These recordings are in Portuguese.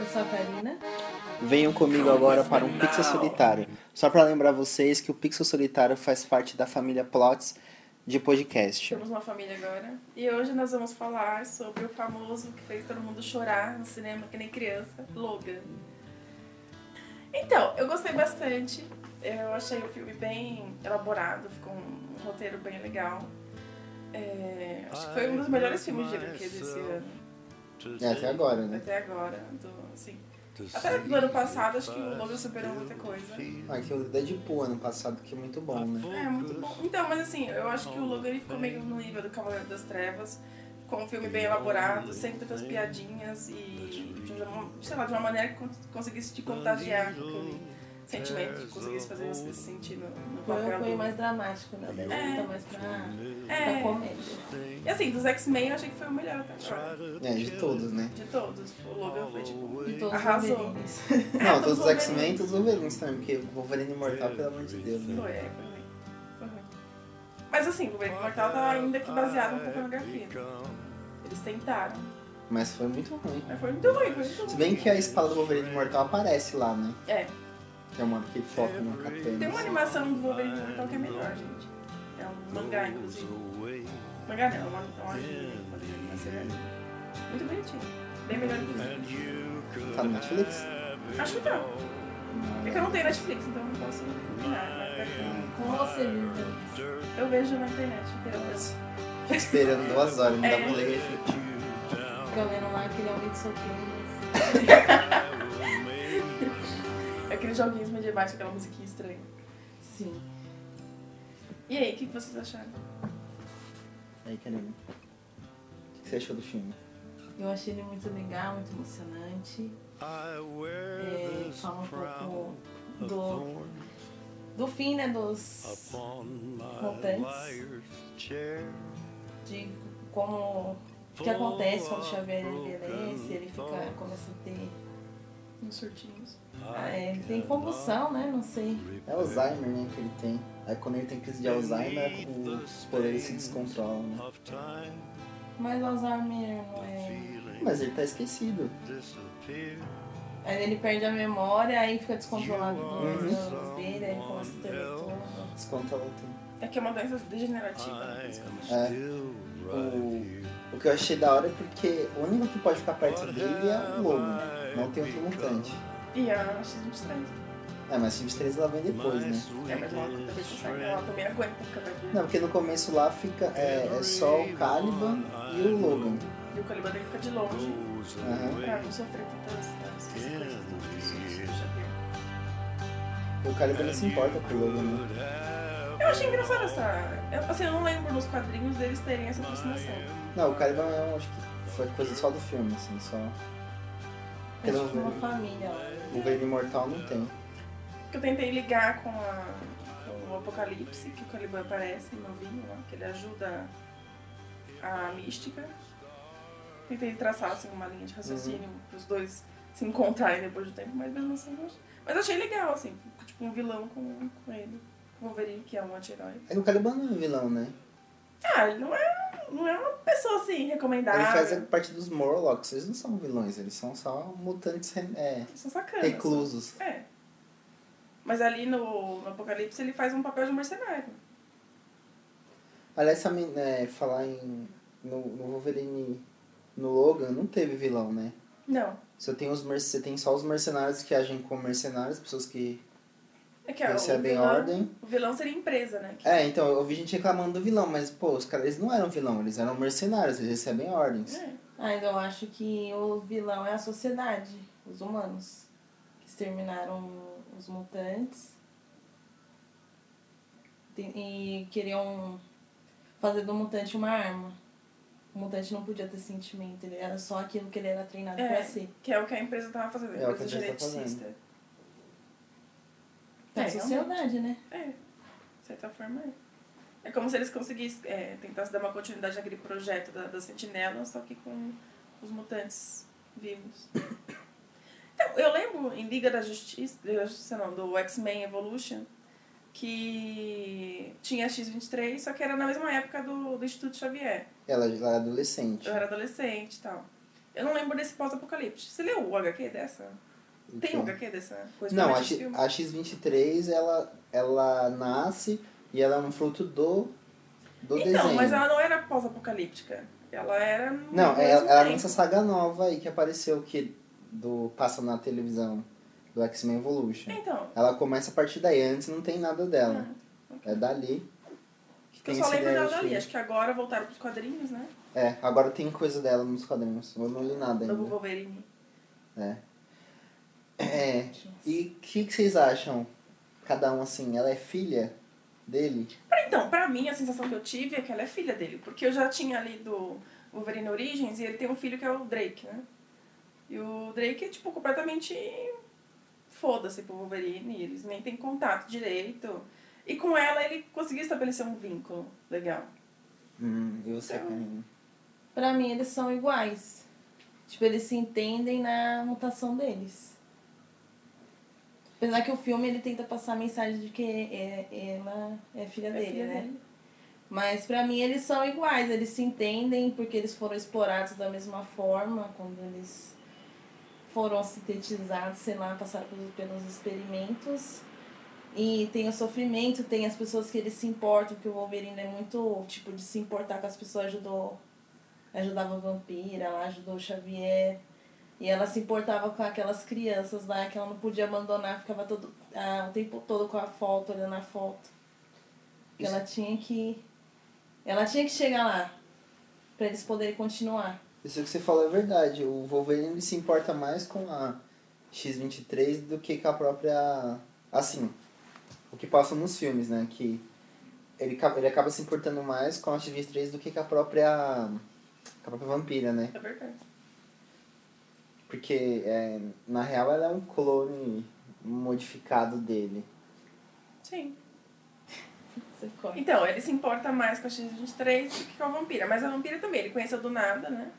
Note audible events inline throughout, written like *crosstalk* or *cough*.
é sua Karina. Venham comigo agora para um Pixel Solitário. Só para lembrar vocês que o Pixel Solitário faz parte da família Plots de podcast. Somos uma família agora. E hoje nós vamos falar sobre o famoso que fez todo mundo chorar no cinema, que nem criança, Logan. Então, eu gostei bastante. Eu achei o filme bem elaborado, ficou um roteiro bem legal. É, acho que foi um dos melhores filmes de brinquedo desse ano, É, até agora, né? até agora. Do, assim, até do ano passado, acho que o Logan superou muita coisa. Ah, que o Deadpool ano passado, que é muito bom, né? É, muito bom. Então, mas assim, eu acho que o Logan ele ficou meio no nível do Cavaleiro das Trevas, com um filme bem elaborado, sem tantas piadinhas e, de uma, sei lá, de uma maneira que cons- conseguisse te contagiar com aquele sentimento, que conseguisse fazer você se sentir no, no Foi um papel cunho do... mais dramático, né? Deve É. tá mais pra, pra É, comédia. e assim, dos X-Men eu achei que foi o melhor até agora, É, de todos, né? de todos. O Logan foi tipo... De todos Arrasou. os Wolverines. Não, todos todos os Wolverine. X-Men, todos os Wolverines também, porque o Wolverine Imortal, pelo amor de Deus, né? Foi, é, foi ruim. Foi ruim. Mas assim, o Wolverine Mortal tá ainda que baseado um pouco na HQ. Eles tentaram, Mas foi muito ruim. mas foi muito ruim, foi muito ruim. Se bem que é a espada do Wolverine Imortal aparece lá, né? É, Tem uma que foca no Tem um uma capeta. animação do Wolverine Mortal que é melhor, gente. É um mangá, inclusive. Mangá não, é uma, é uma anime, uma anime, uma série. Muito bonitinho. Bem melhor que o filme. Tá no Netflix? Acho que tá. não. É que eu não tenho Netflix, então não posso opinar. mas tá Como você viu isso? aqui. Eu vejo na internet, então, entendeu? Fico Esperando duas horas, me dá pra ler. Ficou vendo lá aquele homem de socorro. É Aqueles joguinhos medievais com aquela musiquinha estranha. Sim. E aí, o que que vocês acharam? Aí, Karina. O que você achou do filme? Eu achei ele muito legal, muito emocionante. É, fala um É, pouco do, do fim, né, dos um mutantes. De como o que acontece quando o Xavier envelhece, ele fica, começa a ter. Nos surtinhos. ah, é, ele tem convulsão, né? Não sei. É Alzheimer, né, que ele tem. Aí quando ele tem crise de Alzheimer, é os poderes se descontrolam, né? Mas Alzheimer não é. Mas ele tá esquecido. Aí ele perde a memória, aí fica descontrolado dos anos dele, aí começa a ter retorno. Descontrola o tempo. É que é uma doença degenerativa. né, por isso que eu não- É. O, o que eu achei da hora é porque o único que pode ficar perto dele é o Logan. Não tem um outro mutante. E eu acho muito estranho. É, mas Times 3 ela vem depois, né? É, mas ela também consegue, ela também aguenta ficar perto dele. Não, porque no começo lá fica é, é só o Caliban e o Logan. E o Caliban tem que ficar de longe. Aham. Pra não sofrer tantas tantas consequências do que isso do E o Caliban não se importa com o Logan, né? Eu achei engraçado essa. Eu, assim, eu não lembro nos quadrinhos deles terem essa aproximação. Não, o Caliban eu acho que foi coisa só do filme, assim, só. É Pelo tipo uma menos família. ó. o Wolverine Imortal não tem. Porque eu tentei ligar com, a, com o Apocalipse, que o Caliban aparece, novinho lá, que ele ajuda a mística. Tentei traçar assim, uma linha de raciocínio Uhum. pros dois se encontrarem depois do tempo, mas mesmo assim não achei. Mas achei legal, assim, tipo um vilão com, com ele. O Wolverine, que é um anti-herói. Aí o Caliban não é vilão, né? Ah, ele não é, não é uma pessoa assim recomendável. Ele faz a parte dos Morlocks, eles não são vilões, eles são só mutantes re- é, Eles São sacanas. reclusos. É. Mas ali no, no Apocalipse ele faz um papel de mercenário. Aliás, essa men- é, falar em, no, no Wolverine, no Logan, não teve vilão, né? Não. Você tem, os merce- você tem só os mercenários que agem como mercenários, pessoas que É que ó, o recebem vilão, ordem. O vilão seria empresa, né? É, então, eu vi gente reclamando do vilão, mas, pô, os caras eles não eram vilão, eles eram mercenários, eles recebem ordens. É. Ainda eu acho que o vilão é a sociedade, os humanos, que exterminaram os mutantes Tem- e queriam fazer do mutante uma arma. O mutante não podia ter sentimento, ele era só aquilo que ele era treinado É. pra ser. Que é o que a empresa tava fazendo. É o que a empresa empresa tá fazendo. geneticista. É, a É, sociedade, né? É. De certa forma é. É como se eles conseguissem, é, tentassem dar uma continuidade naquele projeto da, da Sentinela, só que com os mutantes vivos. Então, eu lembro em Liga da Justiça, da Justiça não, do X-Men Evolution, que tinha a X-23, só que era na mesma época do, do Instituto Xavier. Ela, ela era é adolescente. Eu era adolescente e tal. Eu não lembro desse pós-apocalipse. Você leu o HQ dessa? Tem Então. um o HQ dessa coisa? Não, a, Provavelmente X, filme. a X23 ela, ela nasce e ela é um fruto do, do Então, desenho. mas ela não era pós-apocalíptica. Ela era. no Não, mesmo ela, ela tempo. lança saga nova aí que apareceu que do passa na televisão do X-Men Evolution. Então. Ela começa a partir daí, antes não tem nada dela. ah, ok. É dali que Eu tem só essa lembro ideia dela de- dali. Acho que agora voltaram pros quadrinhos, né? É, agora tem coisa dela nos quadrinhos. Eu não li nada Novo ainda. Wolverine. É. E o que, que vocês acham? Cada um assim, ela é filha dele? Então, pra mim, a sensação que eu tive é que ela é filha dele. Porque eu já tinha lido Wolverine Origins e ele tem um filho que é o Drake, né? E o Drake é, tipo, completamente foda-se pro Wolverine. Eles nem têm contato direito. E com ela ele conseguiu estabelecer um vínculo legal. Hum, e você, Não. Karine? Pra mim, eles são iguais. Tipo, eles se entendem na mutação deles. Apesar que o filme ele tenta passar a mensagem de que é- ela é filha É dele, filha né? dele. Mas pra mim eles são iguais, eles se entendem porque eles foram explorados da mesma forma quando eles foram sintetizados, sei lá, passaram pelos, pelos experimentos. E tem o sofrimento, tem as pessoas que eles se importam, que o Wolverine é muito tipo de se importar com as pessoas, ajudou. Ajudava a vampira, ela ajudou o Xavier. E ela se importava com aquelas crianças lá que ela não podia abandonar, ficava todo, ah, o tempo todo com a foto, olhando a foto. Que ela tinha que. Ela tinha que chegar lá. Pra eles poderem continuar. Isso que você falou é verdade. O Wolverine ele se importa mais com a X-23 do que com a própria. Assim, o que passa nos filmes, né? Que ele, ca- ele acaba se importando mais com a X-23 do que com a própria. Com a própria vampira, né? É verdade. Porque é, na real ela é um clone modificado dele. Sim. Você corre. Então, ele se importa mais com a X-23 do que com a vampira. Mas a vampira também, ele conheceu do nada, né?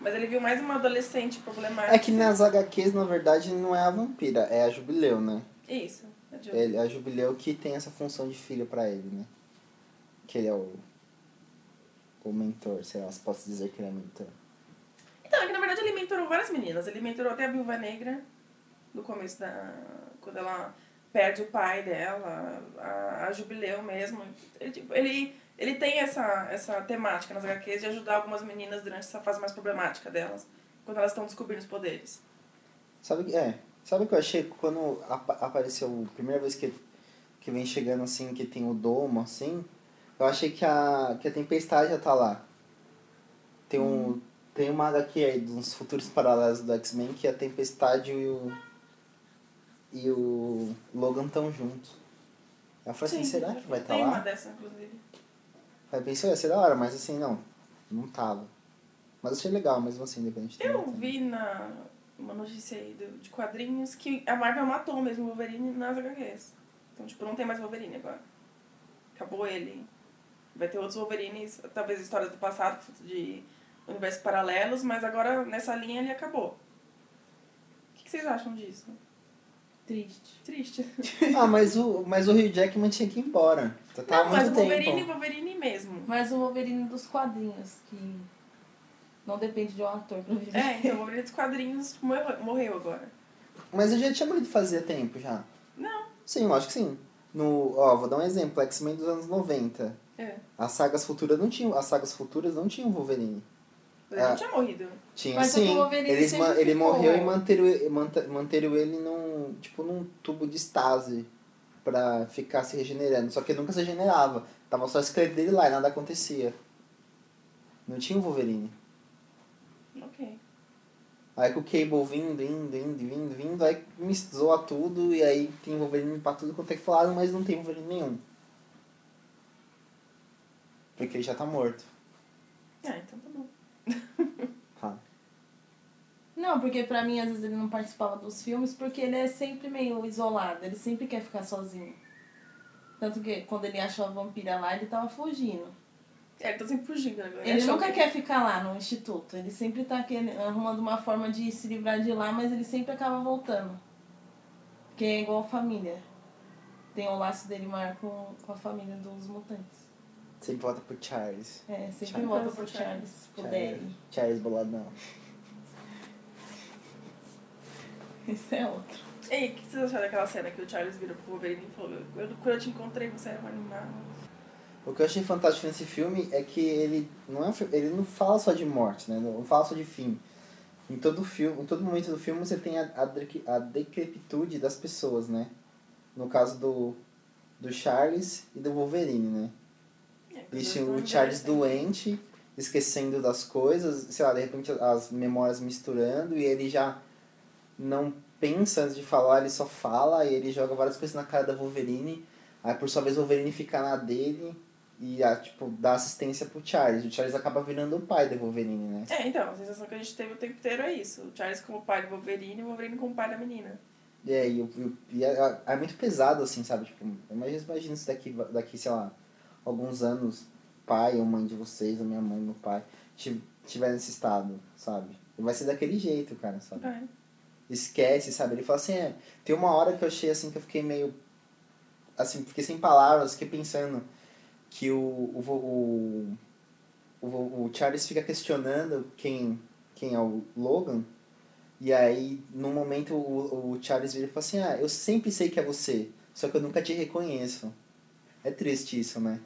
Mas ele viu mais uma adolescente problemática. É que nas HQs, na verdade, não é a vampira, é a Jubileu, né? Isso. é de- Ele, a Jubileu que tem essa função de filho pra ele, né? Que ele é o. O mentor, sei lá, se posso dizer que ele é mentor. Então, é que na verdade ele mentorou várias meninas. Ele mentorou até a Viúva Negra, no começo da... Quando ela perde o pai dela, a, a Jubileu mesmo. Ele, tipo, ele, ele tem essa, essa temática nas HQs de ajudar algumas meninas durante essa fase mais problemática delas. Quando elas estão descobrindo os poderes. Sabe o que- é, sabe o que eu achei quando apa- apareceu a primeira vez que, que vem chegando assim, que tem o domo assim? Eu achei que a, que a tempestade já tá lá. Tem, Hum. um, tem uma HQ aí dos futuros paralelos do X-Men que a tempestade e o. E o Logan estão juntos. Eu falei assim, Sim, será que vai estar Tem lá? uma dessa, inclusive. Aí pensei, ia ser da hora, mas assim, não. Não tava. Mas achei legal, mesmo assim, independente. Eu também. vi na uma notícia aí do- de quadrinhos que a Marvel matou mesmo o Wolverine nas HQs. Então, tipo, não tem mais Wolverine agora. Acabou ele. Vai ter outros Wolverines, talvez histórias do passado, de universos paralelos, mas agora nessa linha ele acabou. O que que vocês acham disso? Triste. Triste. Ah, mas o, mas o Hugh Jackman tinha que ir embora. Já tava não, há mas o muito Wolverine, tempo. Wolverine mesmo. Mas o Wolverine dos quadrinhos, que não depende de um ator pra viver. É, então o Wolverine dos quadrinhos tipo, morreu- morreu agora. Mas eu já tinha morrido fazia tempo já. Não. Sim, lógico que sim. No, ó, vou dar um exemplo, X-Men dos anos 90. É. As sagas futuras não tinham. As sagas futuras não tinham Wolverine. Ele não Ah. tinha morrido. Tinha Mas é que o sim. Wolverine Eles sempre ma- ele ficou. morreu e manteram, e manta- manteram ele num. Tipo num tubo de estase pra ficar se regenerando. Só que ele nunca se regenerava. Tava só o esqueleto dele lá e nada acontecia. Não tinha o Wolverine. Ok. Aí com o Cable vindo, indo, indo, vindo, vindo, aí me zoa tudo e aí tem Wolverine pra tudo quanto é que falaram, mas não tem Wolverine nenhum. Porque ele já tá morto. Ah, então tá bom. Tá. Não, porque pra mim, às vezes, ele não participava dos filmes porque ele é sempre meio isolado, ele sempre quer ficar sozinho. Tanto que quando ele achou a vampira lá, ele tava fugindo. É, ele tá sempre fugindo agora. Ele Achou nunca que- quer ficar lá no instituto. Ele sempre tá querendo, arrumando uma forma de se livrar de lá, mas ele sempre acaba voltando. Porque é igual família. Tem o laço dele maior com, com a família dos mutantes. Sempre volta pro Charles. É, sempre Charles. volta pro Charles, pro Charles, Derry. Charles boladão. *laughs* Esse é outro. Ei, o que vocês acharam daquela cena que o Charles virou pro Wolverine e falou: "Eu- Quando eu te encontrei, você era um animal. O que eu achei fantástico nesse filme é que ele não, é um fi- ele não fala só de morte, né? Não fala só de fim. Em todo filme, em todo momento do filme você tem a, a, decre- a decrepitude das pessoas, né? No caso do, do Charles e do Wolverine, né? É, porque Deixa eu tô assim. o Charles envelhecendo. doente, esquecendo das coisas, sei lá, de repente as memórias misturando e ele já não pensa antes de falar, ele só fala e ele joga várias coisas na cara da Wolverine. Aí por sua vez o Wolverine fica na dele e ah, tipo, dá assistência pro Charles. O Charles acaba virando o pai do Wolverine, né? É, então, a sensação que a gente teve o tempo inteiro é isso. O Charles como pai do Wolverine e o Wolverine como pai da menina. E é, e, o- e o- e é, é muito pesado, assim, sabe? Tipo, imagina, imagina isso daqui, daqui, sei lá, alguns anos, pai ou mãe de vocês, ou minha mãe, meu pai, ti- tiver nesse estado, sabe? Vai ser daquele jeito, cara, sabe? Vai. esquece, sabe? Ele fala assim, é, tem uma hora que eu achei assim que eu fiquei meio assim, fiquei sem palavras, fiquei pensando que o o vo- o, o, vo- o Charles fica questionando quem quem é o Logan. E aí, num momento, o, o Charles vira e fala assim, ah, eu sempre sei que é você, só que eu nunca te reconheço. É triste isso, né?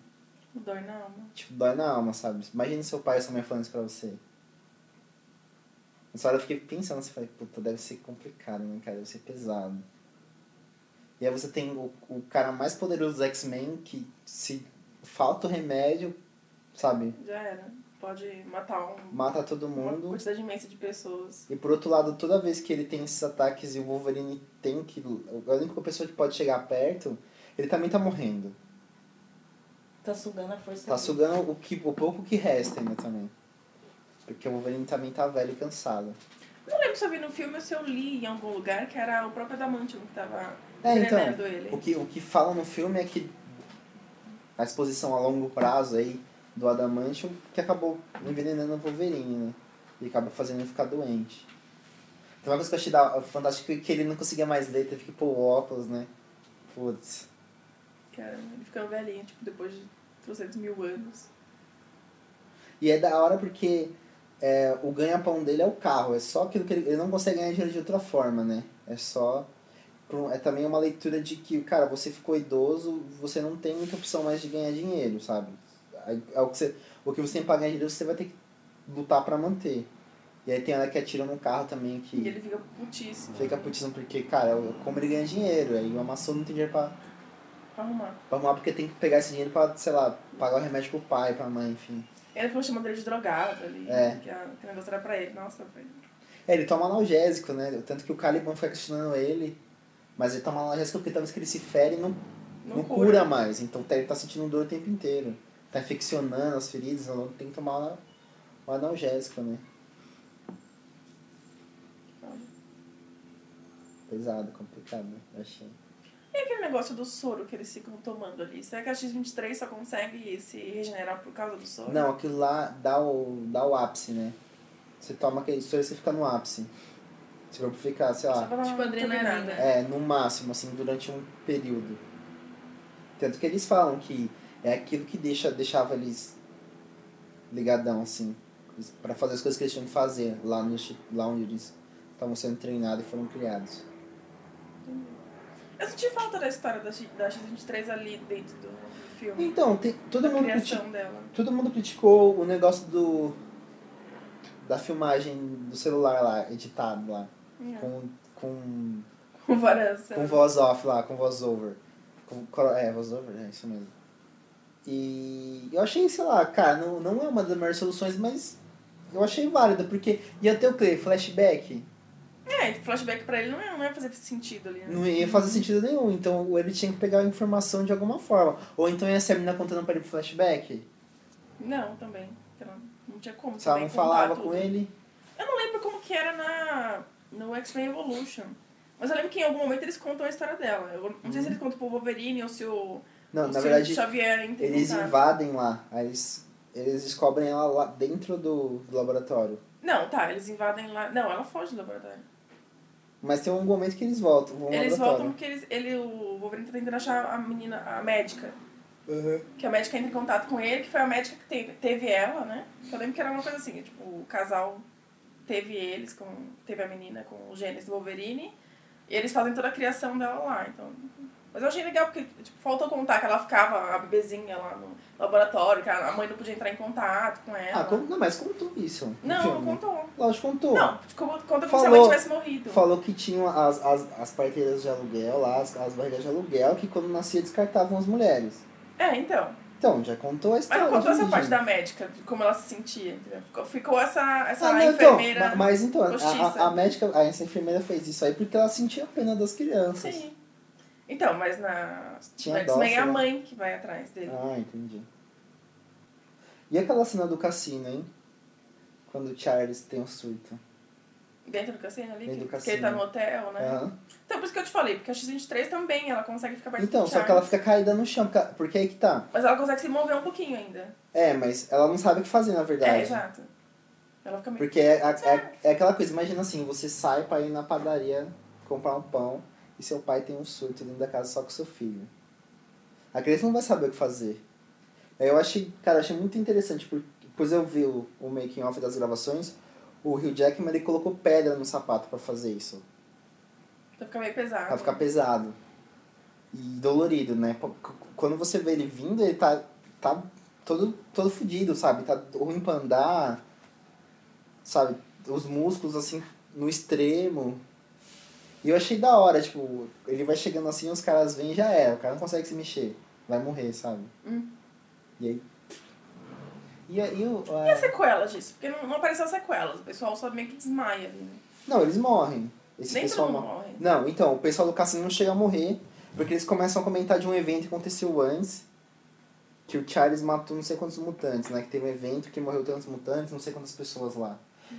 Não né? dói na alma. Tipo, dói na alma, sabe? Imagina seu pai ou sua mãe falando isso pra você. Nessa hora eu fiquei pensando, assim, falei, puta, deve ser complicado, né, cara? Deve ser pesado. E aí você tem o, o cara mais poderoso dos X-Men que se falta o remédio, sabe? Já era. Pode matar um, Mata todo uma mundo. quantidade imensa de pessoas. E por outro lado, toda vez que ele tem esses ataques e o Wolverine tem que. A única pessoa que pode chegar perto, ele também tá morrendo. Tá sugando a força Tá dele. sugando o, que, o pouco que resta ainda também. Porque o Wolverine também tá velho e cansado. Não lembro se eu vi no filme ou se eu li em algum lugar que era o próprio Adamantium que tava É, então, tremendo ele. O que, o que falam no filme é que a exposição a longo prazo aí do Adamantium que acabou envenenando o Wolverine, né? E acaba fazendo ele ficar doente. Então uma coisa que eu achei da- fantástico é que ele não conseguia mais ler, teve que pôr o óculos, né? Putz. Que era ele ficando velhinho, tipo, depois de 300 mil anos. E é da hora porque é, o ganha-pão dele é o carro, é só aquilo que ele, ele não consegue ganhar dinheiro de outra forma, né? É só. pro- É também uma leitura de que, cara, você ficou idoso, você não tem muita opção mais de ganhar dinheiro, sabe? Aí, É o, que você, o que você tem pra ganhar dinheiro você vai ter que lutar pra manter. E aí tem hora que atira no carro também E que ele fica putíssimo fica putíssimo porque, cara, é como ele ganha dinheiro? Aí o amassou não tem dinheiro pra, pra arrumar. pra arrumar porque tem que pegar esse dinheiro pra, sei lá, pagar o remédio pro pai, pra mãe, enfim. Ele ficou chamando ele de drogado ali, É. que, a, que o negócio era pra ele. Nossa, velho. É, ele toma analgésico, né? Tanto que o Caliban fica questionando ele. Mas ele toma analgésico porque talvez que ele se fere não, não, cura. mais. Então tá- ele tá sentindo dor o tempo inteiro. Tá infeccionando as feridas, então tem que tomar o ana- o analgésico, né? Pesado, complicado, né? Eu achei. E aquele negócio do soro que eles ficam tomando ali? Será que a X-23 só consegue se regenerar por causa do soro? Não, aquilo lá dá o, dá o ápice, né? Você toma aquele soro e você fica no ápice. Seu corpo fica, sei lá, Só pra dar Tipo uma adrenalina. turbinada. É, no máximo, assim, durante um período. Tanto que eles falam que é aquilo que deixa, deixava eles ligadão, assim, eles- pra fazer as coisas que eles tinham que fazer lá, no, chi- lá onde eles estavam sendo treinados e foram criados. Eu senti falta da história da, X- da X-23 ali dentro do filme. Então, tem, todo, da mundo criti- criação dela. todo mundo criticou o negócio do da filmagem do celular lá, editado lá, É. com, com, *laughs* Com várias... com voz off lá, com voz over. Com, coro- é, voz over, é isso mesmo. E eu achei, sei lá, cara, não, não é uma das melhores soluções, mas eu achei válida, porque ia ter o quê? Flashback? É, flashback pra ele não ia, não ia fazer sentido ali, né? Não ia fazer sentido nenhum, então ele tinha que pegar a informação de alguma forma. Ou então ia ser a menina contando pra ele flashback, Não, também. porque Ela não tinha como. se ela também não contar falava tudo. com ele. Eu não lembro como que era na, no X-Men Evolution. Mas eu lembro que em algum momento eles contam a história dela. Eu não sei se eles contam pro Wolverine ou se o, Uhum. Não, ou na se o verdade, Xavier entra em eles contato. invadem lá, aí eles, eles descobrem ela lá dentro do, do laboratório. Não, tá, eles invadem lá. Não, ela foge do laboratório. Mas tem um momento que eles voltam, vão ao eles voltam laboratório. porque eles, ele, o Wolverine tá tentando achar a menina, a médica. Uhum. Que a médica entra em contato com ele, que foi a médica que teve, teve ela, né? Eu lembro que era uma coisa assim, tipo, o casal teve eles, com, teve a menina com o genes do Wolverine, E eles fazem toda a criação dela lá, então. Mas eu achei legal, porque tipo, faltou contar que ela ficava, a bebezinha lá no laboratório, que a mãe não podia entrar em contato com ela. Ah, con- não, mas contou isso. no É Não, filme. não contou. Lógico, contou. Não, tipo, conta como se a mãe Falou- tivesse morrido. Falou que tinham as, as, as parteiras de aluguel lá, as, as barrigas de aluguel, que quando nascia descartavam as mulheres. É, então. Então, já contou a Mas história. não contou de um essa parte origem. da médica, de como ela se sentia, entendeu? Ficou, ficou essa, essa Ah, não, então, enfermeira. ma- mas então, a- postiça. a, a médica, a, essa enfermeira fez isso aí porque ela sentia a pena das crianças. Sim. Então, mas na. Tinha no X-Men é dó, a né? mãe que vai atrás dele. Ah, entendi. E aquela cena do cassino, hein? Quando o Charles tem um surto. Dentro do cassino ali? Dentro que- do Porque ele tá cassino. Ah. no hotel, né? Aham. Então, por isso que eu te falei, porque a X23 também, ela consegue ficar perto Então, do só que ela Charles. fica caída no chão, ca- porque aí que tá. Mas ela consegue se mover um pouquinho ainda. É, mas ela não sabe o que fazer, na É, verdade. exato. Ela fica meio. Porque é, a- é, é aquela coisa, imagina assim, você sai pra ir na padaria comprar um pão e seu pai tem um surto dentro da casa só com seu filho. A criança não vai saber o que fazer. Aí Eu achei, cara, achei muito interessante, porque depois eu vi o, o making off das gravações, o Hugh Jackman ele colocou pedra no sapato pra fazer isso. Então fica meio pesado. Pra ficar pesado. E dolorido, né? Pô, c- Quando você vê ele vindo, ele tá, tá todo, todo fudido, sabe? Tá ruim pra andar, sabe? Os músculos, assim, no extremo. E eu achei da hora, tipo, ele vai chegando assim, os caras vêm e já é. O cara não consegue se mexer. Vai morrer, sabe? Hum. E aí... E aí o... é, E as sequelas disso? Porque não, não apareceu as sequelas. O pessoal só meio que desmaia ali. Né? Não, eles morrem. Esse Nem pessoal todo mundo morre. morre. Não, então, o pessoal do cassino não chega a morrer, porque eles começam a comentar de um evento que aconteceu antes, que o Charles matou não sei quantos mutantes, né? Que teve um evento que morreu tantos mutantes, não sei quantas pessoas lá.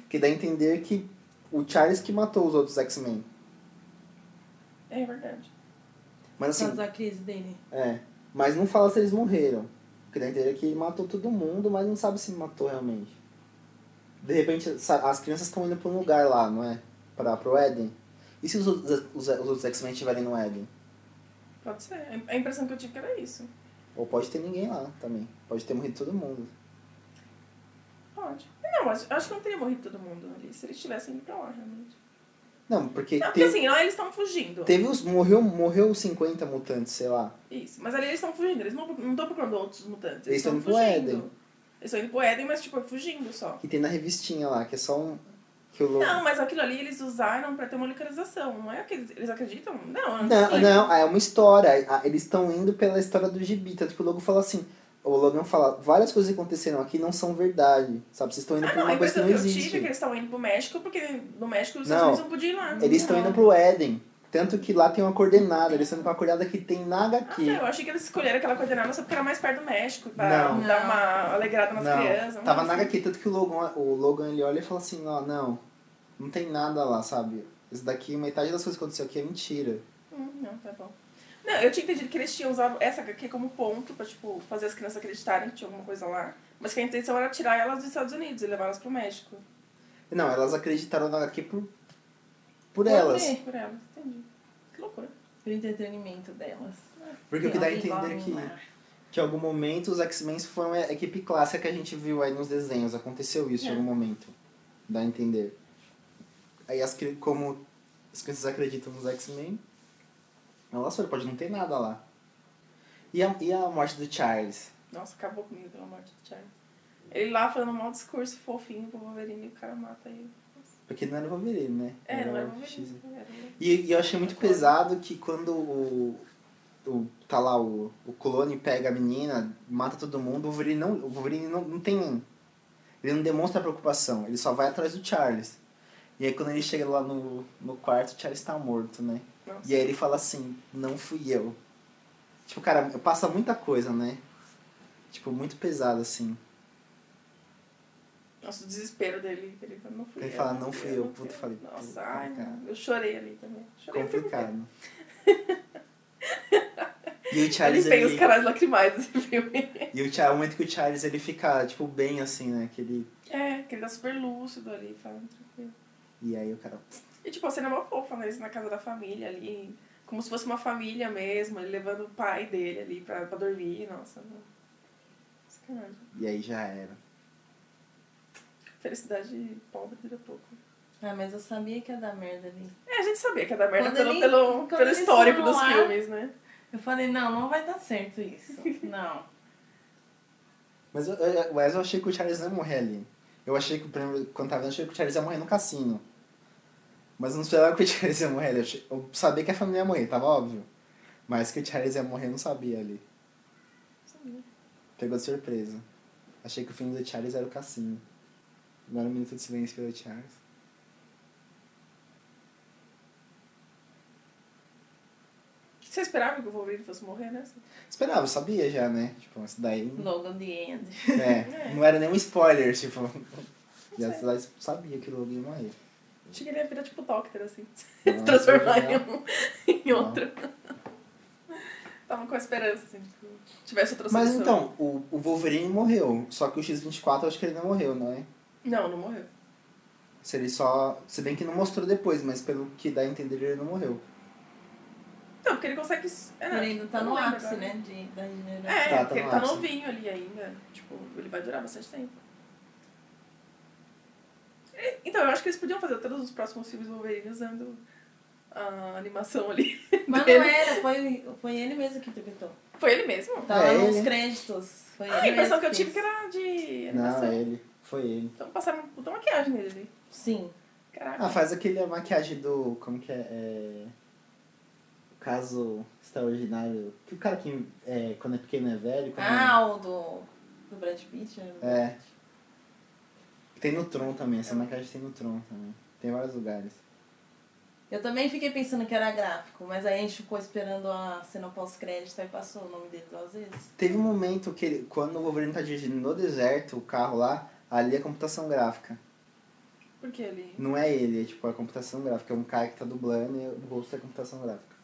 Que dá a entender que o Charles que matou os outros X-Men. É verdade. Mas Por causa assim, da crise dele. é. Mas não fala se eles morreram. Que dá a entender que ele matou todo mundo, mas não sabe se matou realmente. De repente, sa- as crianças estão indo pra um lugar lá, não é? Pra, pro Éden. E se os, outros- os, os outros X-Men estiverem no Éden? Pode ser. A impressão que eu tive que era isso. Ou pode ter ninguém lá também. Pode ter morrido todo mundo. Pode. Não, mas eu acho que não teria morrido todo mundo ali. Se eles tivessem ido pra lá, realmente. Não, porque, Não, porque teve, assim, lá eles estão fugindo. teve os. Morreu, morreu os 50 mutantes, sei lá. Isso. Mas ali eles estão fugindo. Eles não estão procurando outros mutantes. Eles Eles tão estão indo pro fugindo. Éden. Eles estão indo pro Éden, mas tipo, é fugindo só. Que tem na revistinha lá, que é só um. Que o logo... Não, mas aquilo ali eles usaram pra ter uma localização. Não é que eles, eles acreditam? Não, é um Não, desfile. não, ah, é uma história. Ah, Eles estão indo pela história do gibi. Tanto que o Logo fala assim. O Logan fala, várias coisas que aconteceram aqui não são verdade. Sabe? Vocês estão indo Ah, pra não, a uma coisa que não impressão que eu tive existe. é que eles estavam indo pro México, porque no México os Não. não. não podiam ir lá. Eles estão indo pro Éden. Tanto que lá tem uma coordenada. Eles estão indo pra uma coordenada que tem na Ah, HQ. tá, eu achei que eles escolheram aquela coordenada só porque era mais perto do México, pra Não. dar uma alegrada nas Não, crianças. uma Tava coisa na assim. HQ, tanto que o Logan, o Logan ele olha e fala assim, ó, não, não tem nada lá, sabe? Isso daqui, metade das coisas que aconteceu aqui é mentira. Hum, não, tá bom. Não, eu tinha entendido que eles tinham usado essa HQ como ponto pra, tipo, fazer as crianças acreditarem que tinha alguma coisa lá. Mas que a intenção era tirar elas dos Estados Unidos e levá-las pro México. Não, elas acreditaram na HQ por, por elas. mim, Por elas, entendi. Que loucura. Pro entretenimento delas. Porque o que dá a Tem alguém entender é que, lá. que em algum momento os X-Men foram a equipe clássica que a gente viu aí nos desenhos. Aconteceu isso em É. algum momento. Dá a entender. Aí as, cri- como as crianças acreditam nos X-Men, elas foram, pode não ter nada lá. E a, e a morte do Charles? Nossa, acabou comigo, pelo amor de Deus. Ele lá falando um mau discurso fofinho pro Wolverine e o cara mata ele. Porque não era o Wolverine, né? É, não era o o X. Wolverine. Era o- E, e eu achei muito pesado que quando o, o tá lá o, o clone pega a menina, mata todo mundo, o Wolverine não, o Wolverine não, não tem um. ele não demonstra preocupação, ele só vai atrás do Charles. E aí quando ele chega lá no, no quarto, o Charles tá morto, né? Nossa. E aí ele fala assim, não fui eu. Tipo, cara, passa muita coisa, né? Tipo, muito pesado, assim. Nossa, o desespero dele. Ele fala, não fui Ele eu, fala, não fui eu, não puta, falei, puta, Nossa, ai, cara. eu chorei ali também. Chorei *laughs* Complicado. E o Ele Charles, tem ele, os caras lacrimais *laughs* nesse filme. E o Charles, o momento que o Charles ele fica, tipo, bem assim, né? Que ele... É, que ele tá super lúcido ali, falando tranquilo. E aí o cara. E tipo, a cena é uma fofa, né? Eles na casa da família ali. Como se fosse uma família mesmo, ele levando o pai dele ali pra, pra dormir. Nossa, não. Sacanagem. E aí já era. Felicidade pobre dura pouco. Ah, mas eu sabia que ia dar merda ali. É, a gente sabia que ia dar merda Quando pelo, ele- pelo, quando pelo eles histórico foram dos lá- filmes, né? Eu falei, não, não vai dar certo isso. *laughs* Não. Mas eu, eu- mas eu achei que o Charles não ia morrer ali. Eu achei que, o primeiro- quando tava vendo, eu achei que o Charles ia morrer no cassino. Mas eu não esperava que o *laughs* Charles ia morrer ali. Eu, achei- eu sabia que a família ia morrer, tava óbvio. Mas que o Charles ia morrer, eu não sabia ali. Pegou de surpresa. Achei que o fim do Charles era o cassino. Agora um minuto de silêncio pelo Charles. Você esperava que o Wolverine fosse morrer, né? Esperava, eu sabia já, né? Tipo, isso daí. Logan the End. É, não era nenhum spoiler, tipo. Já sabia que o Logan ia *laughs* morrer. Achei que ele ia virar tipo Doctor, assim. Nossa, se transformar já- em, um, *laughs* em é Não. outro. Tava com a esperança, assim, tipo, tivesse outra Mas solução. então, o, o Wolverine morreu. Só que o X-24 eu acho que ele não morreu, não é? Não, não morreu. Se ele só. Se bem que não mostrou depois, mas pelo que dá a entender, ele não morreu. Não, porque ele consegue. s- É, Ele ainda tá eu não no lembro ápice, agora. né? De, da regeneração. É, Tá, tá porque no ele tá ápice. novinho ali ainda. Tipo, ele vai durar bastante tempo. E- Então, eu acho que eles podiam fazer todos os próximos filmes do Wolverine usando a animação ali. *laughs* Mas não dele. era, foi, foi ele mesmo que interpretou. Foi ele mesmo? Tava É nos ele. créditos. Foi Ah, a ele impressão mesmo que eu tive que fez. era de Não, animação. é ele. Foi ele. Então passaram uma puta maquiagem nele ali. Sim. Caraca. Ah, faz aquele maquiagem do. Como que é? é... O caso extraordinário. Que o cara que é, quando é pequeno é velho. Quando Ah, o do, do Brad Pitt. né? É. Tem no Tron também. Essa maquiagem tem no Tron também. Tem em vários lugares. Eu também fiquei pensando que era gráfico, mas aí a gente ficou esperando a cena pós-crédito e passou o nome dele duas vezes. Teve um momento que ele- quando o Wolverine tá dirigindo no deserto, o carro lá, ali é computação gráfica. Porque ele. Não é ele, é tipo a computação gráfica. É um cara que tá dublando e o rosto é computação gráfica.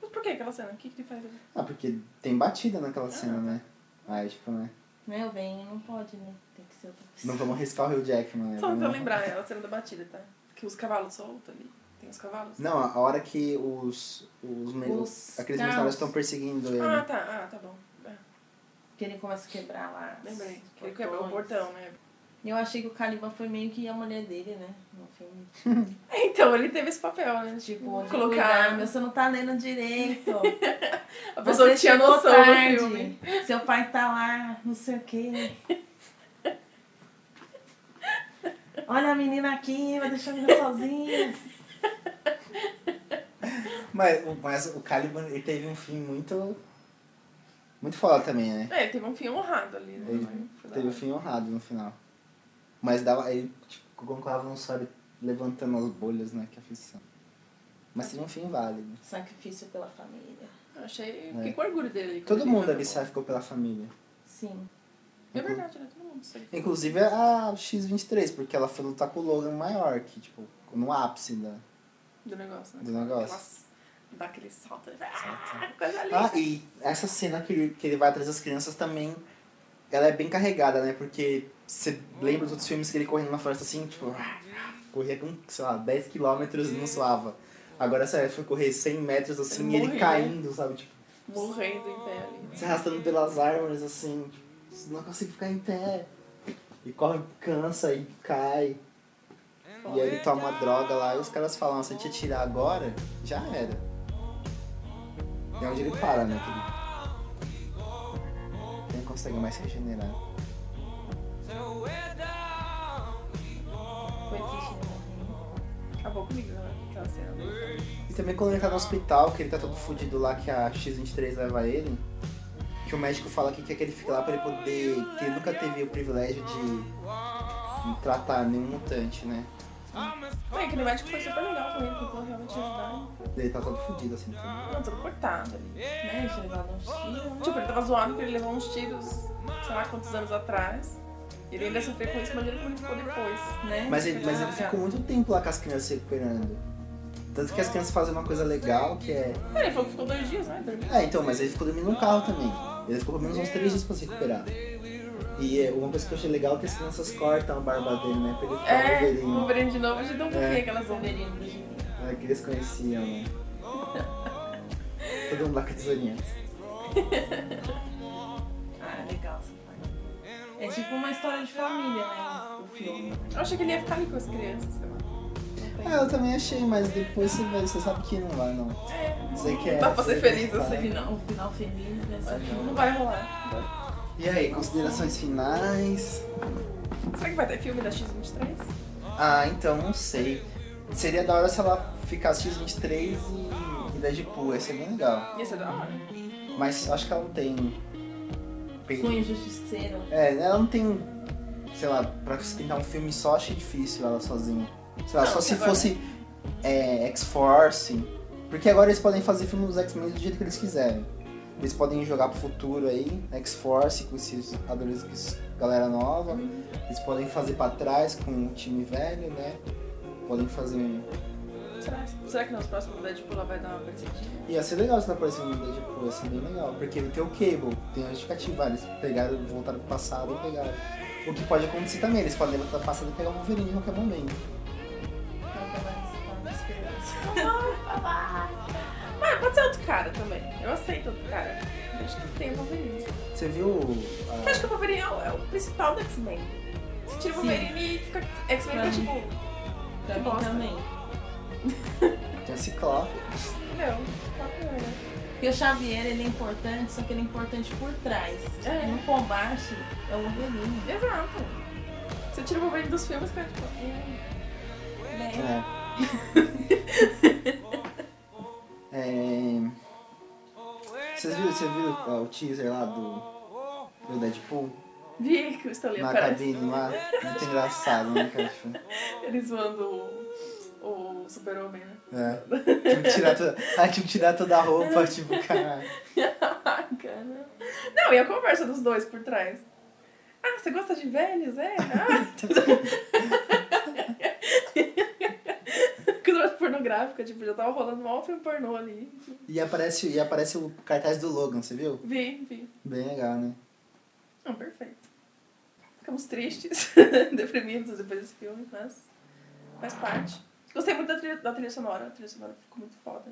Mas por que aquela cena? O que, que ele faz ali? Ah, porque tem batida naquela Ah. cena, né? Aí, tipo, né? Meu bem, não pode, né? Tem que ser outra pessoa. Não vamos arriscar o Hugh Jackman, né? Só pra Vamos- lembrar, ela cena da batida, tá? Que os cavalos soltam ali. Tem os cavalos? Não, a hora que os. Os. me- Os aqueles carros. mercenários estão perseguindo ele. Ah, tá. Ah, tá bom. É, Porque ele começa a quebrar lá. os lembrei. Que ele portões. quebrou o portão, né? *laughs* E Eu achei que o Caliban foi meio que a mulher dele, né? No filme. É, Então, ele teve esse papel, né? Tipo, de colocar. cuidar, meu, você não tá lendo direito. *laughs* A pessoa Você que tinha chegou noção tarde. do filme. Seu pai tá lá, não sei o quê. Olha a menina aqui, vai deixar a menina sozinha. Mas, o- mas o Caliban, ele teve um fim muito. Muito foda também, né? É, ele teve um fim honrado ali, né? Ele Foi da Teve um o hora. fim honrado no final. Mas dava, ele tipo, conclava um sório levantando as bolhas, né? Que aflição. Mas seria um fim válido. Sacrifício pela família. Eu achei. É. Fiquei com orgulho dele. quando Todo ele mundo mandou. ali sacrificou pela família. Sim. É verdade, né? Todo mundo sabe. Inclusive a X-23, porque ela foi lutar com o Logan maior, que tipo, no ápice da, Do negócio, né? do negócio. Aquelas- Dá aquele salto. ele vai, Ah, coisa linda. Ah, e essa cena que ele, que ele vai atrás das crianças também, ela é bem carregada, né? Porque você lembra dos outros filmes que ele correndo na floresta assim, tipo, corria com, sei lá, 10km e não suava. Agora essa foi correr 100 metros assim Ele e ele morre, caindo, sabe? Tipo, Morrendo em pé ali. se arrastando pelas árvores assim, tipo, não consigo ficar em pé. E corre, cansa e cai. E aí ele toma uma droga lá e os caras falam, "Ah, se a gente atirar agora, já era. E é onde ele para, né? que ele não consegue mais se regenerar. Foi triste. né? Acabou comigo, né? Aquela cena dele. E também quando ele tá no hospital, que ele tá todo fudido lá, que a X-23 leva ele, que o médico fala que quer que ele fique lá pra ele poder. que ele nunca teve o privilégio de tratar nenhum mutante, né? Foi, aquele médico foi super legal com ele, tentou realmente ajudar. Ele tá todo fudido assim. também. Não, todo cortado ali. Né, de levar um tiro. Tipo, ele tava zoado porque ele levou uns tiros, sei lá quantos anos atrás. E ele ainda sofreu com isso, mas ele não ficou depois, né? Mas ele, mas ele ficou muito tempo lá com as crianças se recuperando. Tanto que as crianças fazem uma coisa legal que é. É, Ele falou que ficou dois dias, né? Dormindo. Ah, então, mas ele ficou dormindo no carro também. Ele ficou pelo menos uns três dias pra se recuperar. E é, uma coisa que eu achei legal é que as crianças cortam a barba dele, né? Pra ele um ficar É, Wolverine. o Wolverine de novo, de tão É. fofinho aquelas Wolverine. Wolverine do gibi. É que eles conheciam, né? Todo mundo lá com a tesourinha. Ah, legal essa parte. É tipo uma história de família, né? O filme. Eu achei que ele ia ficar ali com as crianças, sei lá. tem. Ah, eu também achei, mas depois você vê, você sabe que não vai, não. É, Você não quer- dá pra ser você feliz quer assim, falar. não. Um final feliz, né? Só que Não não- vai rolar. E aí, considerações finais? Será que vai ter filme da X23? Ah, então não sei. Seria da hora se ela ficasse X23 e, e Deadpool, ia ser bem legal. Ia ser da hora. Mas acho que ela não tem. Cunho Justiceiro. É, ela não tem. Sei lá, pra sustentar um filme só, achei difícil ela sozinha. Sei lá, Não, só se agora- fosse é, X-Force. Porque agora eles podem fazer filme dos X-Men do jeito que eles quiserem. Eles podem jogar pro futuro aí, X-Force, com esses adolescentes, com essa galera nova. Eles podem fazer pra trás com o time velho, né? Podem fazer. Será, será que nos próximos Deadpool ela vai dar uma perseguidinha? Ia ser legal se não aparecer um Deadpool, ia ser bem legal. Porque ele tem o Cable, tem a justificativa, eles pegaram, voltaram pro passado e pegaram. O que pode acontecer também, eles podem levantar o passado e pegar o Wolverine em qualquer momento. Mas Ah, pode ser outro cara também. Eu aceito outro cara. Acho que tem o Wolverine. Você viu ah, Eu acho a... que o Wolverine é o, é o principal do X-Men. Se tira o Sim. Wolverine e fica. X-Men fica Pra tipo. Pra Que mim bosta. também. tem a Ciclope? Não, qual que era? Porque o Xavier ele é importante, só que ele é importante por trás. Tipo, É. No combate é o Wolverine. Exato. Você tira o Wolverine dos filmes, fica tipo. hum, Bem. É. *laughs* É, Vocês viram, você viu ó, o teaser lá do, do Deadpool? Vi que o Stanley Na aparece. cabine lá? Muito engraçado, né, cara? Tipo, Eles zoando o, o Super-Homem, né? É. Tinha que tirar toda, ah, *laughs* tinha que tirar toda a roupa, *laughs* tipo, caralho. Bacana. Não, e a conversa dos dois por trás. Ah, você gosta de velhos, é? Ah. *laughs* Conversa pornográfica, tipo, já tava rolando mal filme pornô ali. E aparece, e aparece o cartaz do Logan, você viu? Vi, vi. Bem legal, né? Não, perfeito. Ficamos tristes, *laughs* deprimidos depois desse filme, mas faz parte. Gostei muito da trilha, da trilha sonora, a trilha sonora ficou muito foda.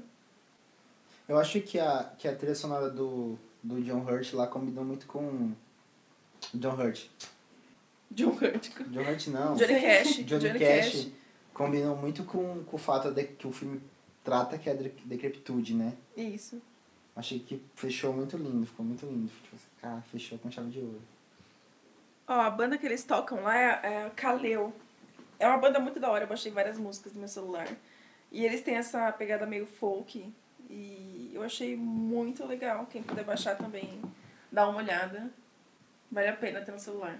Eu acho que a, que a trilha sonora do, do John Hurt lá combinou muito com. John Hurt. John Hurt. John Hurt não. Johnny Cash. Johnny Cash, combinou muito com, com o fato de que o filme trata que é a dre- decrepitude, né? Isso. Achei que fechou muito lindo, ficou muito lindo. Tipo, assim, cara, fechou com chave de ouro. Ó, a banda que eles tocam lá é, é a Kaleu. É uma banda muito da hora, eu baixei várias músicas no meu celular. E eles têm essa pegada meio folk. E eu achei muito legal. Quem puder baixar também, dá uma olhada. Vale a pena ter no celular.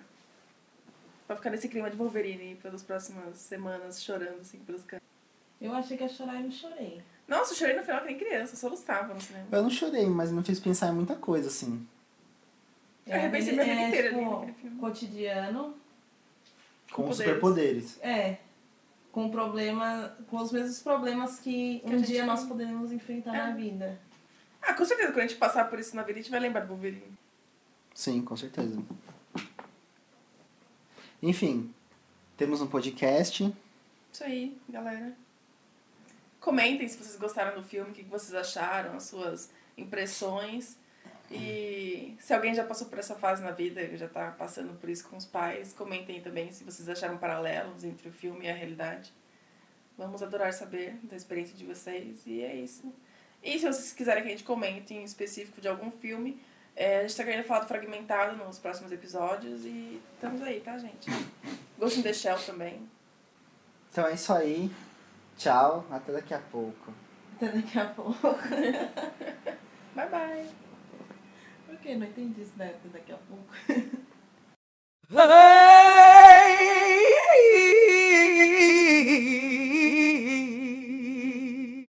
Pra ficar nesse clima de Wolverine pelas próximas semanas, chorando, assim, pelos cantos. Eu achei que ia chorar e não chorei. Nossa, eu chorei no final que nem criança, eu soluçava no né? cinema. Eu não chorei, mas me fez pensar em muita coisa, assim. Eu arrebentei minha vida inteira ali né, naquele tipo, filme. cotidiano. Com, poderes. superpoderes. É. Com problema, com os mesmos problemas que, Que a um gente dia tem. nós podemos enfrentar É. na vida. Ah, com certeza, quando a gente passar por isso na vida, a gente vai lembrar do Wolverine. Sim, com certeza. Enfim, temos um podcast. Isso aí, galera. Comentem se vocês gostaram do filme, o que que vocês acharam, as suas impressões. E se alguém já passou por essa fase na vida, já tá passando por isso com os pais, comentem também se vocês acharam paralelos entre o filme e a realidade. Vamos adorar saber da experiência de vocês e é isso. E se vocês quiserem que a gente comente em específico de algum filme, eh, a gente tá querendo falar do fragmentado nos próximos episódios e estamos aí, tá, gente? Ghost in the Shell também. Então é isso aí. Tchau, até daqui a pouco. Até daqui a pouco. Bye bye! né, Por quê? Não entendi isso da- até daqui a pouco.